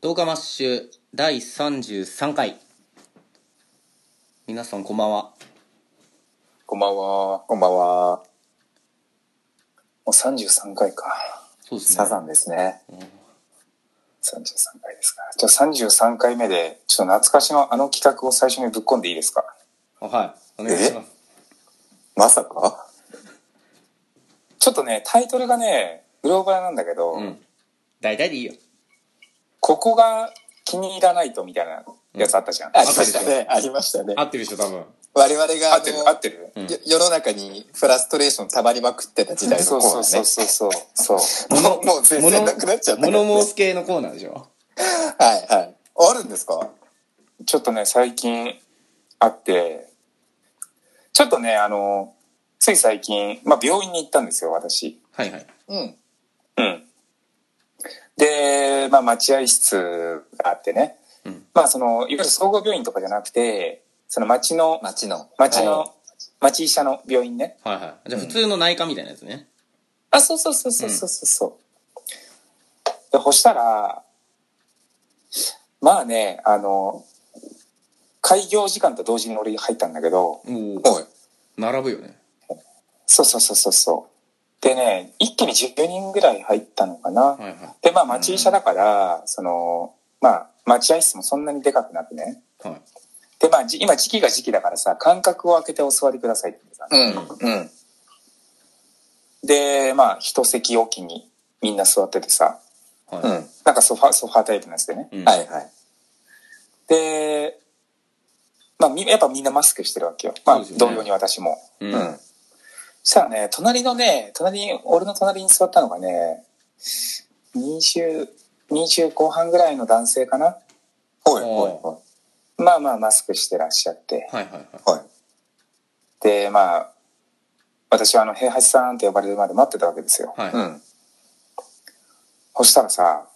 動画マッシュ第33回皆さんこんばんはこんばんは。こんばんは。もう33回か。そうですねサザンですね。 33回ですか。じゃあ33回目で、ちょっと懐かしのあの企画を最初にぶっ込んでいいですかあはいお願いしますまさかちょっとね、タイトルがね、グローバルなんだけど、うん大体でいいよここが気に入らないとみたいなやつあったじゃん。あありましたね。ありましたね。合ってるでしょ多分我々が、合ってる合ってる、る、うんよ世の中にフラストレーション溜まりまくってた時代のそ方うがね。そうそうそうそう。そうもうもう全然なくなっちゃったからね、物申す系のコーナーでしょはいはい。あるんですかちょっとね、最近あって、ちょっとね、あの、つい最近、まあ病院に行ったんですよ、私。はいはいうん。うん。で、まあ、待合室があってね、うんまあ、その、いわゆる総合病院とかじゃなくて、その町の、町の。町の、はい町医者の病院ね。はいはいじゃあ普通の内科みたいなやつねあ、そうそうそうそうそうそう。で、ほしたら、まあね、あの、開業時間と同時に俺入ったんだけど、おおおい。並ぶよねそうそうそうそうそう。でね、一気に10人ぐらい入ったのかな。はいはで、まあ、町医者だから、その、まあ、待合室もそんなにでかくなくね。いはいで、まあ、じ今、時期が時期だからさ、間隔を空けてお座りくださいってさ。うん。うん。で、まあ、一席おきにみんな座っててさ、うはん。なんかソファ、ソファータイプのやつでね。いうんはいはい。で、まあ、みやっぱみんなマスクしてるわけよ。まそあうです、よね同様に私も。ううんん。はそしたらね、隣のね、隣に、俺の隣に座ったのがね、20、20後半ぐらいの男性かな。おいおいおまあまあ、マスクしてらっしゃって。いはいはいい。はい。でまあ私はあの平八さんって呼ばれるまで待ってたわけですよ、はいはういん。そしたらさま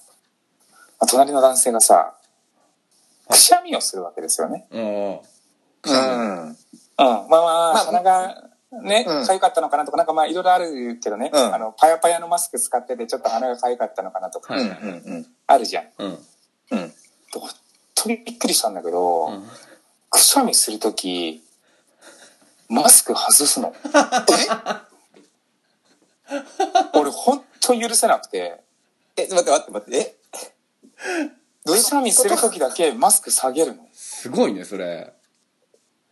あ隣の男性がさくしゃみをするわけですよね、おーううん。ん、まあまあまあ鼻がねうんかゆかったのかなとかなんかまあいろいろあるけどね、うんあのパヤパヤのマスク使っててちょっと鼻がかゆかったのかなとか、はいうんうんあるじゃんうんうん。本当にびっくりしたんだけど、うんくしゃみするときマスク外すの俺本当許せなくてえ、待って待って待って。えどうくいうしゃみすることきだけマスク下げるの。すごいねそれ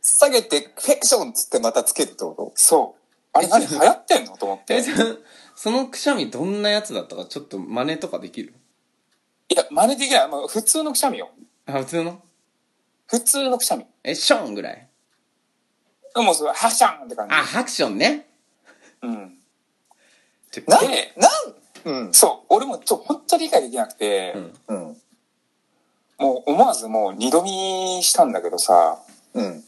下げて、フェクションっつってまたつけるってことそう。あれ何流行ってんのと思って。えいじゃあそのくしゃみどんなやつだったかちょっと真似とかできるや、真似できない。まあ、普通のくしゃみよ。あ普通の普通のくしゃみ。えショーンぐらいもうそれ、はしゃんって感じあ。ハクションねうん。ちょなんで、なんそう。俺もちょ、本当理解できなくて、うんうん。うん。もう思わずもう二度見したんだけどさ、うん。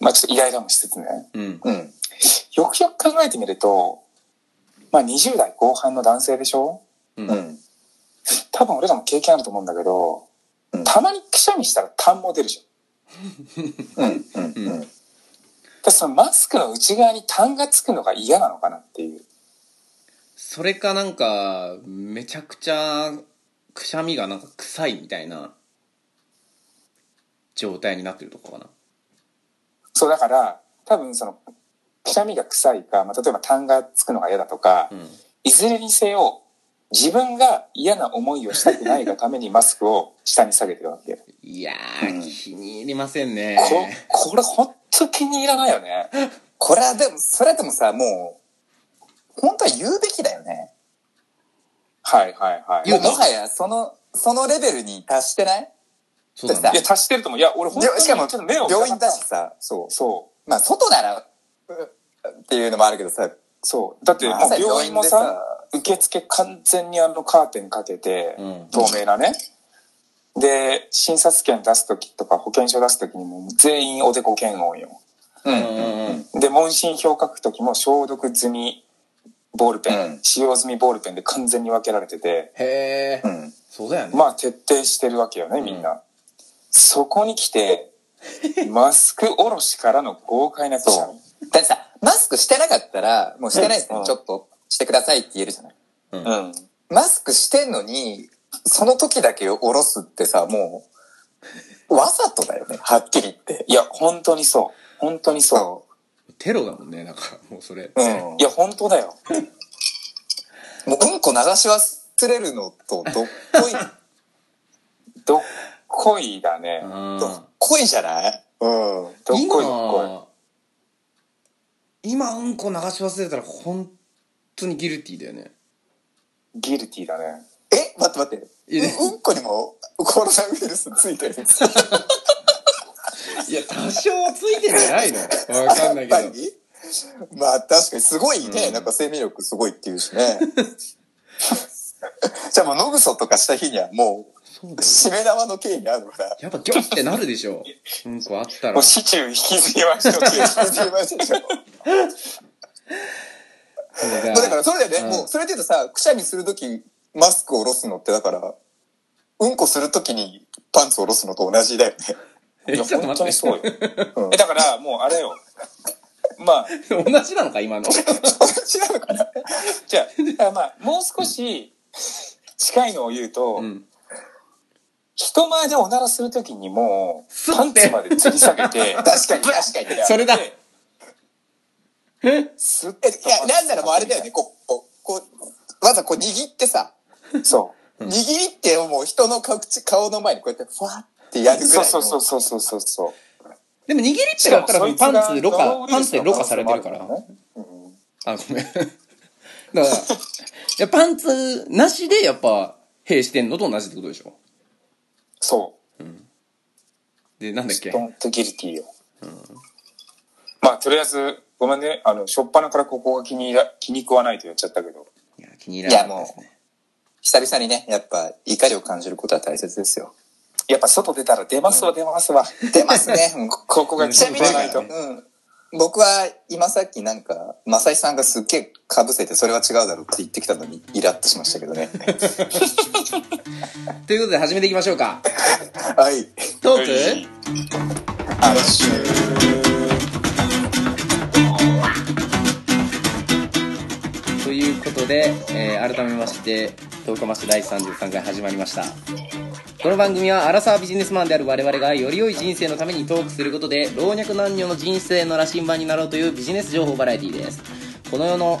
まあちょっとイライラもしつつね。うんうん。よくよく考えてみると、まあ20代後半の男性でしょうんうん。多分俺らも経験あると思うんだけど、うんたまにくしゃみしたら痰も出るじゃん。うん。うだん。からそのマスクの内側に痰がつくのが嫌なのかなっていう。それかなんかめちゃくちゃくしゃみがなんか臭いみたいな状態になってるとこかなそうだから、多分その、くしゃみが臭いか、まあ、例えば痰がつくのが嫌だとか、うんいずれにせよ、自分が嫌な思いをしたくないがためにマスクを下に下げてるわけ。いやー、うん気に入りませんねこ、これほんと気に入らないよね。これはでも、それはでもさ、もう、本当は言うべきだよね。はいはいはい。言うものうもはや、その、そのレベルに達してないそうだいねや、足してると思う。いや、俺本当にしかもちょっと目を疑った病院だしさ、そ。そうまあ、外なら、うっていうのもあるけどさ、う、そう。だってもう朝病院もさ、受付完全にあのカーテンかけて、うん透明なね。で、診察券出すときとか保険証出すときにも全員おでこ検温よ。うんうんうんうんで、問診票書くときも消毒済みボールペン、うん使用済みボールペンで完全に分けられてて、へえうん。そうだよねまあ徹底してるわけよね、みんな。うそこに来 て、マスクおろしからの豪快なくしゃみ。だってさ、マスクしてなかったら、もうしてないですね、うんちょっとしてくださいって言えるじゃない。ううん。マスクしてんのに、その時だけ下ろすってさ、もう、わざとだよね、はっきり言って。いや、本当にそう。本当にそテロだもんねなんかもうそれ、うん。う。いや、本当だよ。もう、うんこ流し忘れるのと、どっこい、どっどっこいだね。あこいじゃないうーん。どっこいどっこ今今うんこ流し忘れたら本当にギルティーだよねい。ギルティーだね。え待って待って。いやううんこにもコロナウイルスついてるんですかいや多少はついてんじゃないのわかんないけやっどぱりまあ確かにすごいね、うんなんか生命力すごいっていうしね。じゃあもうノグソとかした日にはもそうう、だよ締め縄の刑にあ るから。やっぱギョッてなるでしょうんこあったもらうシチュー引きずりましょう。 そうだまあだからそれだよね、うんもうそれで言うとさ、くしゃみするときマスクを下ろすのってだから、うんこするときにパンツを下ろすのと同じだよね。えいや、ちょっと本待当っにてそうよ。うんえ、だから、もうあれよ。まあ、同じなのか今の違うのかなじゃあ、まあ、もう少し近いのを言うと、うん人前でおならするときにもすってう、パンツまで吊り下げて、 確かに確かに。それだすっえと。いや、なんならもうあれだよね、こう、こう、こうわざこう握ってさ、そうん握りってもう人の顔口顔の前にこうやってふわってやう。るぐらいその。うそうそうそうそうそうそう。でも握りってやったらしかパもンツろそ過いつがパンツでろ過されてるからノーウイルスの可能性もあるからあごめん だからいやパンツなしでやっぱ閉してんのと同じってことでしょそでなんだっう。けドンとギルティーよ。まあ、とりあえず、ごめんね。あの、しょっぱなからここが気に入ら、気に食わないと言っちゃったけど。いや気に入らないいやもうですね久々にね、やっぱ怒りを感じることは大切ですよ。やっぱ外出たら出ますわ、出ま すわ。出ますね。 うんこここがちなみに、出ないとうん、僕は今さっきなんか、マサイさんがすっげえ被せてそれは違うだろうって言ってきたのにイラッとしました けどね。ということで始めていきましょうかはい。トーはいク哀愁。ということで、えー改めまして「トークマッシュ第33回」始まりましたこの番組はアラサービジネスマンである我々がより良い人生のためにトークすることで老若男女の人生の羅針盤になろうというビジネス情報バラエティですこの世の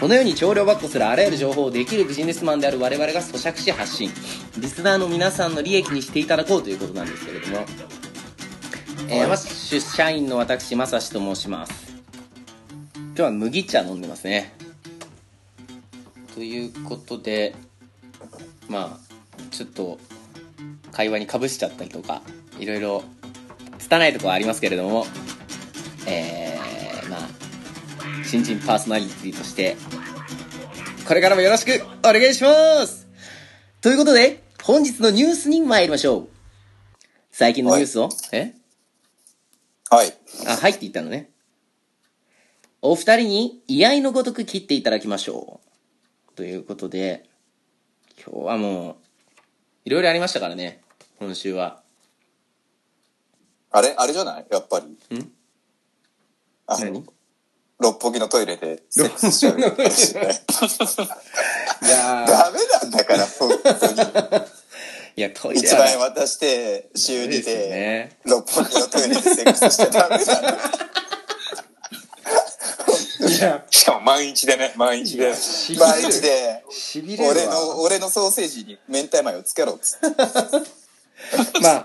この世に調量ばっこするあらゆる情報をできるビジネスマンである我々が咀嚼し発信リスナーの皆さんの利益にしていただこうということなんですけれども、えーマッシュ社員の私まさしと申します今日は麦茶飲んでますねということでまあちょっと会話にかぶしちゃったりとかいろいろ拙いところはありますけれどもえー、まあ新人パーソナリティとしてこれからもよろしくお願いしますということで本日のニュースに参りましょう最近のニュースを、えはい。あ、はいって言ったのね。お二人に居合のごとく切っていただきましょう。ということで、今日はもう、いろいろありましたからね、今週は。あれあれじゃないやっぱり。んあ何の、六本木のトイレでセックスしようよ。いやダメなんだから、本当に。いや、トイレ一万円渡して、週いで2すよで、ね。六本木のトイレでセックスしちゃダメ だよ。いや、 しかも毎日でね、毎日 で。しび毎れ日る。で、しびれ俺るの、わ。俺のソーセージに明太マヨつけろっつって。まあ、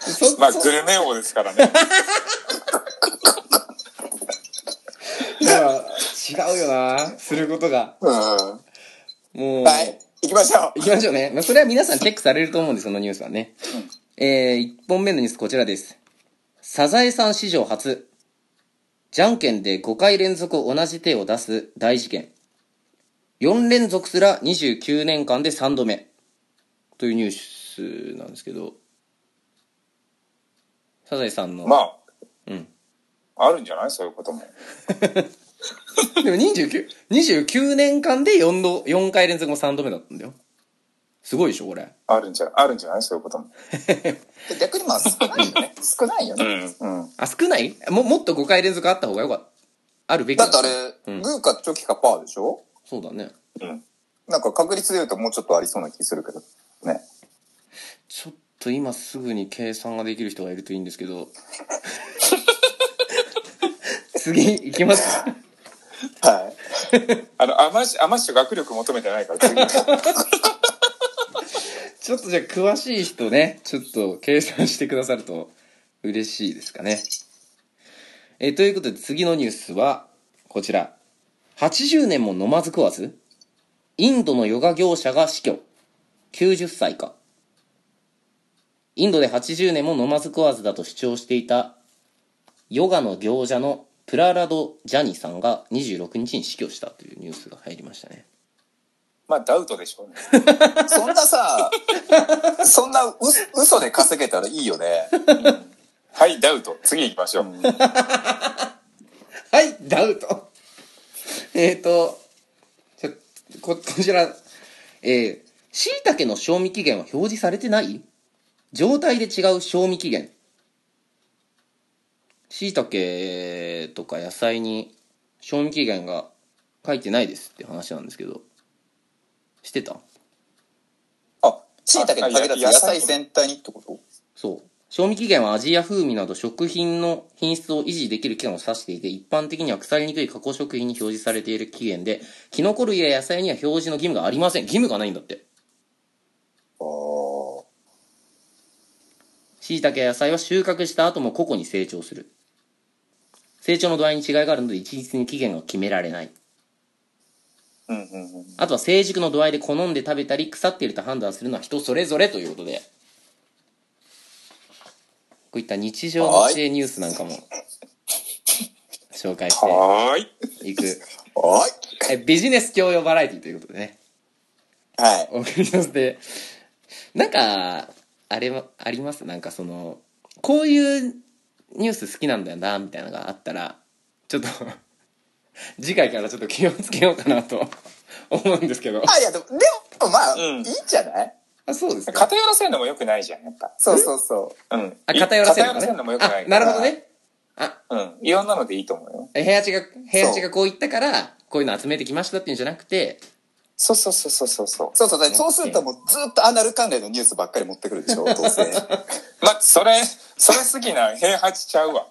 そ、まあ、そグルメ王ですからね。いや違うよな、することが。うん。はもう、い。行きましょうい。きましょうね。まあ、それは皆さんチェックされると思うんです、そのニュースはね。えー、1本目のニュースこちらです。サザエさん史上初、じゃんけんで5回連続同じ手を出す大事件。4連続すら29年間で3度目。というニュースなんですけど、サザエさんの、まあ、うん。あるんじゃないそういうことも。でも29、29年間で4度、4回連続も3度目だったんだよ。すごいでしょ、これ。あるんじゃ、あるんじゃないそういうことも。逆にまあ少ないよね。少ないようね。ん。うん。あ、少ないも、もっと5回連続あった方がよかった。あるべきだってあうれ、んグーかチョキかパーでしょそうだね。うん。なんか確率で言うともうちょっとありそうな気するけど。と今すぐに計算ができる人がいるといいんですけ ど次いきますはい。あの、あまし、あまし学力求めてないから、 次ちょっとじゃあ詳しい人ねちょっと計算してくださると嬉しいですかねえーということで次のニュースはこちら80年も飲まず食わずインドのヨガ業者が死去90歳かインドで80年も飲まず食わずだと主張していたヨガの行者のプララド・ジャニさんが26日に死去したというニュースが入りましたねまあ、ダウトでし ょうね。そんなさ、そんなう嘘で稼げたらいいよね。はい、ダウト。次行きましょう。 はい、ダウト。えっと、ちょ、こ、こちら、えー、椎茸の賞味期限は表示されてない状態で違う賞味期限。椎茸とか野菜に賞味期限が書いてないですって話なんですけど。してたあ、椎茸に限らあず野野菜菜全体にってことそう。賞味期限は味や風味など食品の品質を維持できる期間を指していて、一般的には腐りにくい加工食品に表示されている期限で、キノコ類や野菜には表示の義務がありません。義務がないんだって。椎茸や野菜は収穫した後も個々に成長する。成長の度合いに違いがあるので、一律に期限が決められない。うんうんうん。あとは成熟の度合いで好んで食べたり、腐っていると判断するのは人それぞれということで。こういった日常の知恵ニュースなんかも、紹介してはーい。いく。はい。え、ビジネス教養バラエティということでね、はい。お送りさせて。なんか、あれは、ありますなんかその、こういうニュース好きなんだよな、みたいなのがあったら、ちょっと、 次回からちょっと気をつけようかなと 思うんですけど。あ、いや、でも、でもまあ、うんいいんじゃないあ、そうですか。偏らせるのも良くないじゃん、やっぱ。そうそうそうん。あ、偏らせるの偏ね。のも良くない。あ、なるほど。ね。うん。いろんなのでいいと思うよ。部屋地が、部屋地そがこう言ったから、こういうの集めてきましたっていうんじゃなくて、そうそうそうそうそうそうう。。そうそうだから、そうするともうずっとアナル関連のニュースばっかり持ってくるで しょ、どうせ。ま、それ、それ好きな平八ち ゃうわ。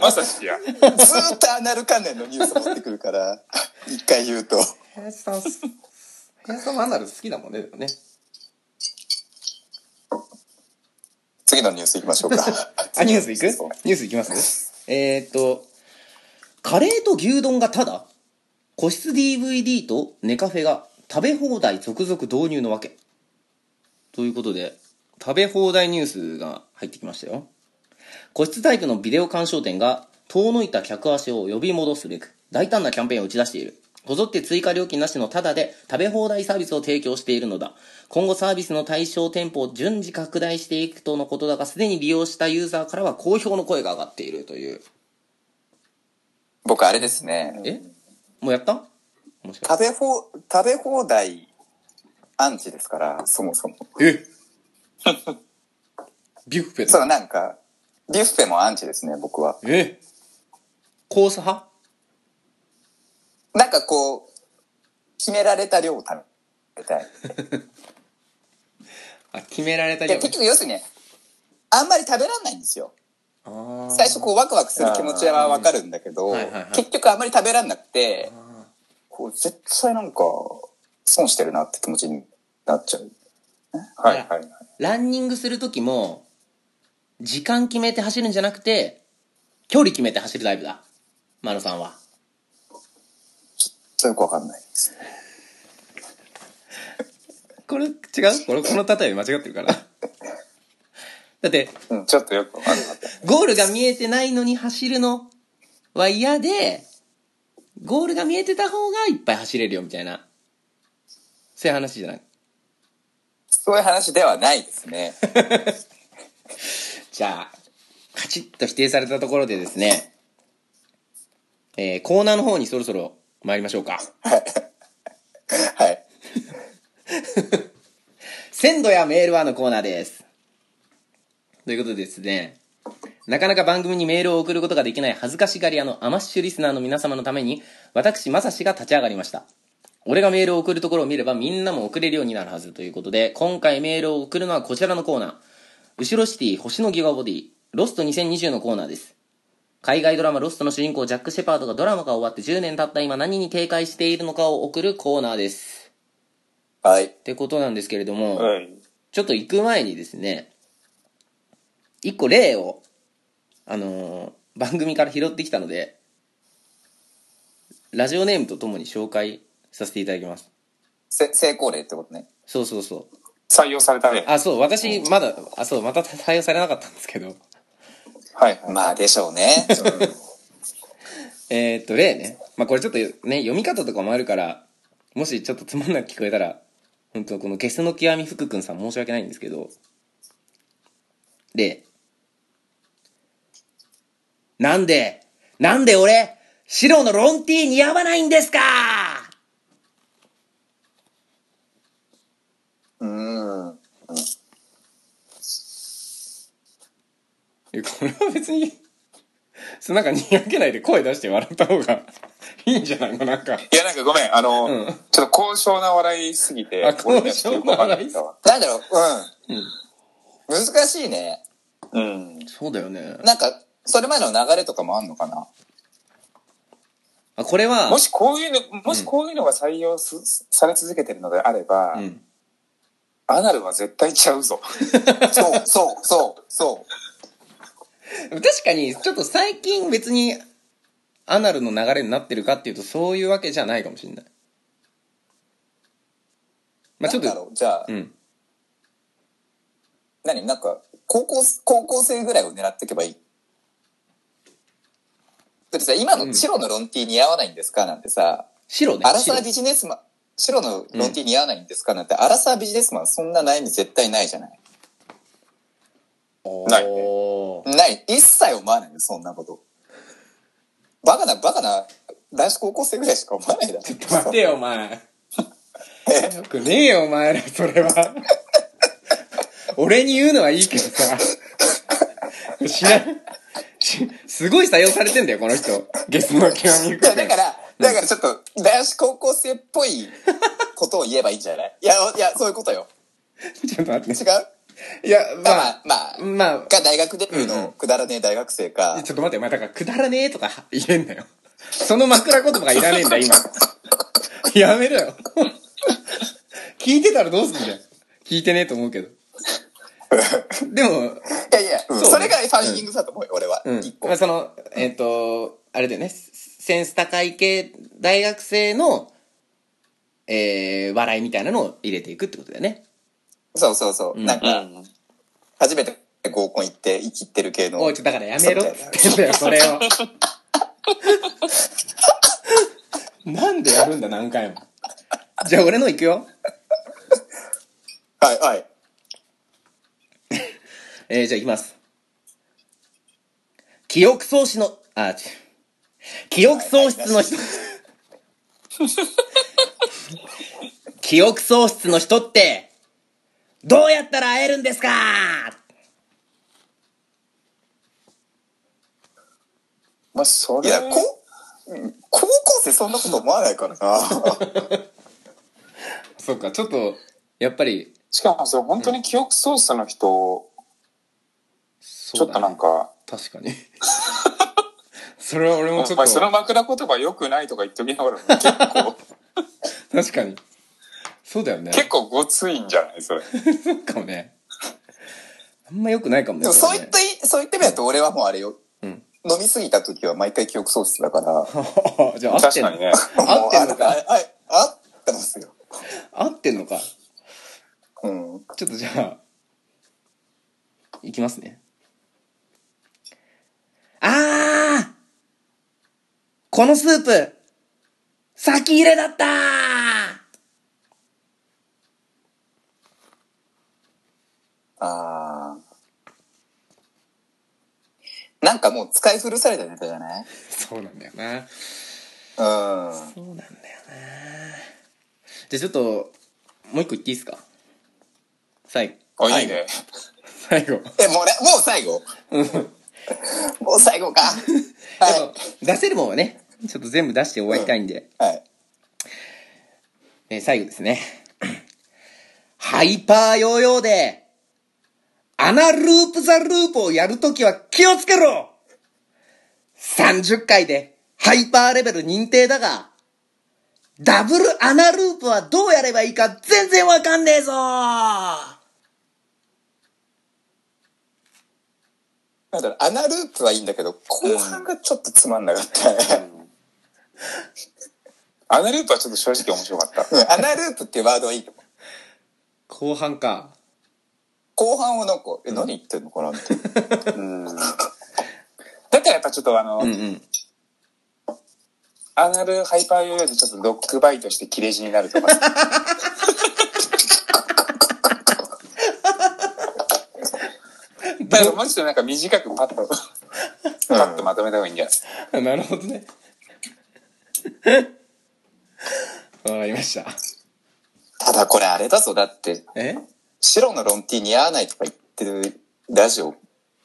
まさしや。ずーっとアナル関連のニュース持ってく るから、一回言うと。部屋地さん、部屋地さんもアナル好きだもんね、でもね。次のニュース行きま しょうか。あ、ニュースいくそうニュースいきますえーっと、カレーと牛丼がただ個室 DVD とネカフェが食べ放題続々導入のわけ。ということで、食べ放題ニュースが入ってきましたよ。個室タイプのビデオ鑑賞店が遠のいた客足を呼び戻すべく大胆なキャンペーンを打ち出している。こぞって追加料金なしのタダで食べ放題サービスを提供しているのだ。今後サービスの対象店舗を順次拡大していくとのことだが、すでに利用したユーザーからは好評の声が上がっているという。僕、あれですね。えもうやったもしかして食べ放、食べ放題、アンチですから、そもそも。え ビュッフェだそう、なんか、ビュッフェもアンチですね、僕は。え交差派なんかこう、決められた量を食べたい。あ、決められたいや、量結局、要するにね、あんまり食べらんないんですよ。あー最初こうワクワクする気持ちはわかるんだけどはいはいはい、結局あんまり食べらんなくて、こう絶対なんか損してるなって気持ちになっちゃう。はいはいはい。ランニングする時も、時間決めて走るんじゃなくて、距離決めて走るタイプだ。マロさんは。ちょっとよくわかんないです。これ違うこれ、この例え間違ってるから。 だって、うん、ちょっとよくわかんなかった。ゴールが見えてないのに走るのは嫌で、ゴールが見えてた方がいっぱい走れるよ、みたいな。そういう話じゃない。そういう話ではないですね。じゃあ、カチッと否定されたところでですね、えー、コーナーの方にそろそろ参りましょうか。はい。 鮮度やメールはのコーナーです。ということでですね、なかなか番組にメールを送ることができない恥ずかしがり屋のアマッシュリスナーの皆様のために、私、まさしが立ち上がりました。俺がメールを送るところを見ればみんなも送れるようになるはずということで、今回メールを送るのはこちらのコーナー。後ろシティ星のギガボディ、ロスト2020のコーナーです。海外ドラマロストの主人公ジャック・シェパードがドラマが終わって10年経った今何に警戒しているのかを送るコーナーです。はいっ。てことなんですけれども、はい。ちょっと行く前にですね、一個例を、あのー番組から拾ってきたので、ラジオネームとともに紹介させていただきます。せ成功例ってことね。そうそうそう。採用されたね。あ、そう、私、まだ、あ、そう、また採用されなかったんですけど、はい。まあでしょうね。えー、っと、例ね。まあ、これちょっとね、読み方とかもあるから、もしちょっとつまんなく聞こえたら、本当このゲスの極み福くんさん申し訳ないんですけど、例。なんで、なんで俺、白のロンティー似合わないんですかうん。うん。いや、これは別に、そうなんかにやけないで声出して笑った方 がいいんじゃないのなんか。 いや、なんかごめん。あの、うんちょっと高尚な笑いすぎて。あ高尚な笑い俺たちよくわかんなかったわなんだろう、うん。うん難しいね。うん。そうだよね。なんか、それまでの流れとかもあんのかな。あ、これは、もしこういうの、もしこういうのが採用す、され続けてるのであれば、うん。アナルは絶対ちゃ うぞ。そう、そう、そう、そ確かに、ちょっと最近別に、アナルの流れになってるかっていうと、そういうわけじゃないかもしれない。う。まあちょっなんだと、ろう、じゃあ、うん。何なんか、高校、高校生ぐらいを狙っていけばいい。だってさ、今うんの白のロンティー似合わないんですかなんてさ、白ね。アラサ白ービジネスマン、白のロンティー似合わないんですかなんて、アラサービジネスマンそんな悩み絶対ないじゃない。ないおーない。一切思わないよ、そんなこと。バカな、バカな、男子高校生ぐらいしか思わないだろ。待てよ、お前。よくねえよ、お前ら、それは。俺に言うのはいいけどさ。知らん。しすごい採用されてんだよ、この人。ゲスの極みいや、だから、だからちょっと、男子高校生っぽいことを言えばいいんじゃないいや、いや、そういうことよ。ちょっと待っ違うて。いや、ままああ、、まあ、まあ、が大学デビューうんうのくだらねえ大学生か。ちょっと待って、お前、だから、くだらねえとか言えんだよ。その枕言葉がいらねえんだ、今。やめろよ。聞いてたらどうすんだよ。聞いてねえと思うけど。でも、いやいや、そうねそれがファンキングだと思うよ、俺は。うん一。個まあ、。その、えっ、と、あれだよね、センス高い系大学生の、えー、笑いみたいなのを入れていくってことだよね。そうそうそう。うんなんか、初めて合コン行って、生きってる系の。おい、ちょ、だからやめろっつってんだよ、それ を。なんでやるんだ、何回も。じゃあ、俺の行くよ。はい、はい。えー、じゃあ行きます。記憶喪失の、あ、ち記憶喪失の人。記憶喪失の人って、どうやったら会えるんですかまあ、そいれや、こ、高校生そんなこと思わないからな。そっか、ちょっと、やっぱり、しかもそれ本当に記憶喪失の人、ちそょっとなんか、確かに。それは俺もちおょっ前そのと、枕言葉良くないとか言っときながらも結構、 確かに。そうだよね。結構ごついんじゃないそれ。構かもね。あんま良くないかもね。でもそそれういっねたい、そういった意味だと俺はもうあれよ。うん飲みすぎた時は毎回記憶喪失だから。 じゃあ、合っ確てんのかにね。合ってんのもうあかれあれあ合ってますよ。合ってんのか。うん。ちょっとじゃあ、いきますね。あーこのスープ、先入れだったあーなんかもう使い古されたネタじゃないそうなんだよな。うん。そうなんだよな。じゃあちょっと、もう一個言っていいですか最後。おいいね。最後。え、もうね、もう最 後もう最後か。は 出せるもんはね、ちょっと全部出して終わりたいんで。い。はい。えー最後ですね。ハイパーヨーヨーで、アナループザループをやるときは気をつけろ !30 回でハイパーレベル認定だが、ダブルアナループはどうやればいいか全然わかんねえぞなんだろう、アナループはいいんだけど、後後半半がちょっとつまんなかったね。アナループはちょっと正直面白かった。うん、 アナループっていうワードはいいと思う。後半か。後半をなんか、え、何言ってんのかなみたいな。 だからやっぱちょっとあの、うんうん。アナルハイパーヨーヨーでちょっとドッグバイトして切れ字になる とか。だからもうちょっとなんか短くパッと、パッとまとめた方がいいんじゃない なるほどね。わかりました。ただこれあれだぞ、だって、え白のロンティー似合わないとか言ってるラジオ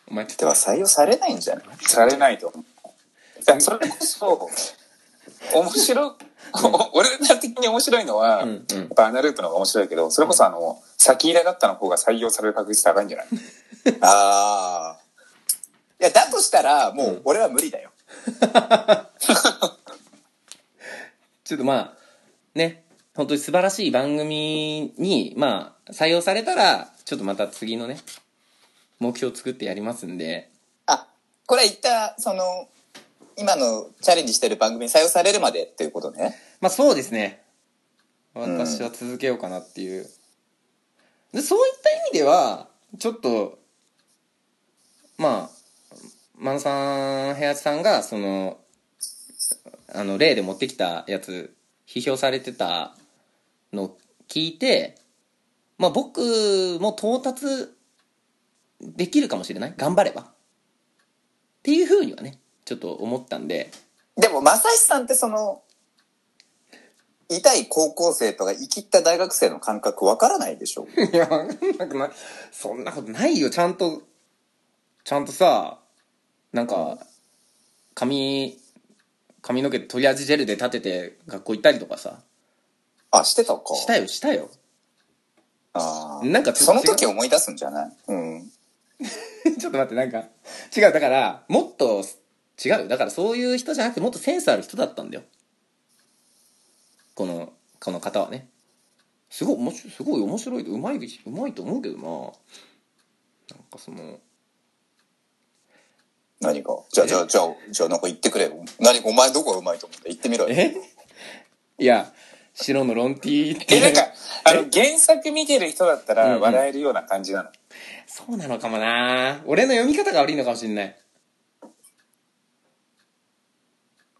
お前ちょっでは採用されないんじゃ ないされないと思う。いや、それこそ、面白い、俺ら的に面白いのは、うんうやっんぱアナループの方が面白いけど、それこそあの、先入れだったの方が採用される確率高い んじゃないああ。いや、だとしたら、もう俺は無理だよ。ちょっとまあ、ね、本当に素晴らしい番組に、まあ、採用されたら、ちょっとまた次のね、目標作ってやりますんで、あ、これは一旦、その、今のチャレンジしてる番組に採用されるまでっていうことね。まあそうですね。ん私は続けようかなっていう。でそういった意味では、ちょっと、まあ、マンさん、ヘアさんが、その、あの、例で持ってきたやつ、批評されてたのを聞いて、まあ僕も到達できるかもしれない頑張れば。っていうふうにはね、ちょっと思ったんで、でも、正志さんってその、痛い高校生とか生きった大学生の感覚わからない でしょいや、わかんなくない。そんなことないよ。ちゃんと、ちゃんとさ、なんか、髪、髪の毛とりあえずジェルで立てて学校行ったりとかさ。あ、してたか。したよ、したよ。あーなんかその時違う思い出すんじゃないうん。 ちょっと待って、なんか、違う。だから、もっと、違うよ。だからそういう人じゃなくて、もっとセンスある人だったんだよ。この、この方はね。すごい面白い、すごい面白い、うまい、うまいと思うけどな。なんかその、何か。じゃあ、えじゃあ、じゃあ、じゃあ、なんか言ってくれよ。何か、お前どこがうまいと思った言ってみろよ。えいや白のロンティーってえ、なんか、あの、原作見てる人だったうんうらん笑えるような感じなの。そうなのかもな俺の読み方が悪いのかもしんない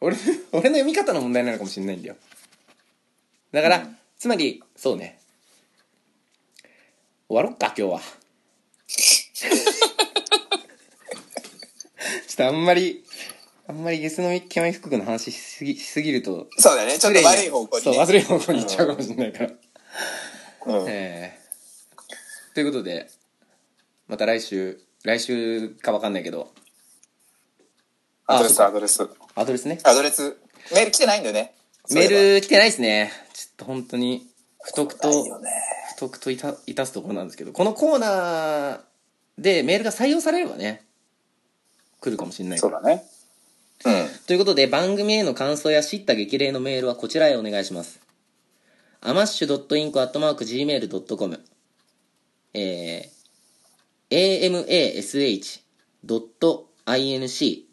俺俺の読み方の問題なのかもしんないんだよだから、つまりそうね終わろっか今日は ちょっとあんまりあんまりゲスの極み福君の話しすぎしすぎるとそうだね。ちょっと悪い方向に、そうね。忘れる方向に行っちゃうかもしれないから、うんえーということでまた来週来週か分かんないけどアあドレス、アドレス。アドレスねアドレス、メール来てないんだよね。メール来てないですねちょっと本当に不徳そういえばとないよね。不徳といたいたすところなんですけどこのコーナーでメールが採用されればね来るかもしれないかそらうだね。うん。ということで番組への感想や知った激励のメールはこちらへお願いしますアマッシュ .inc.gmail.com えー、amash.inc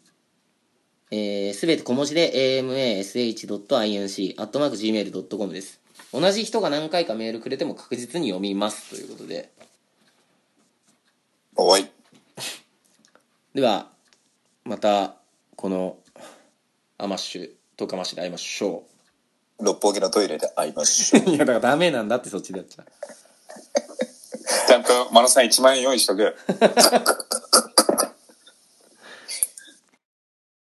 えーすべて小文字で amash.inc アットマーク gmail.com です。同じ人が何回かメールくれても確実に読みます。ということで。おい。では、また、この、アマッシュ、トカマッシュで会いましょう。六本木のトイレで会いましょう。 いやだからダメなんだってそっちでやっちゃうちゃんと、マロさん1万円用意しとく。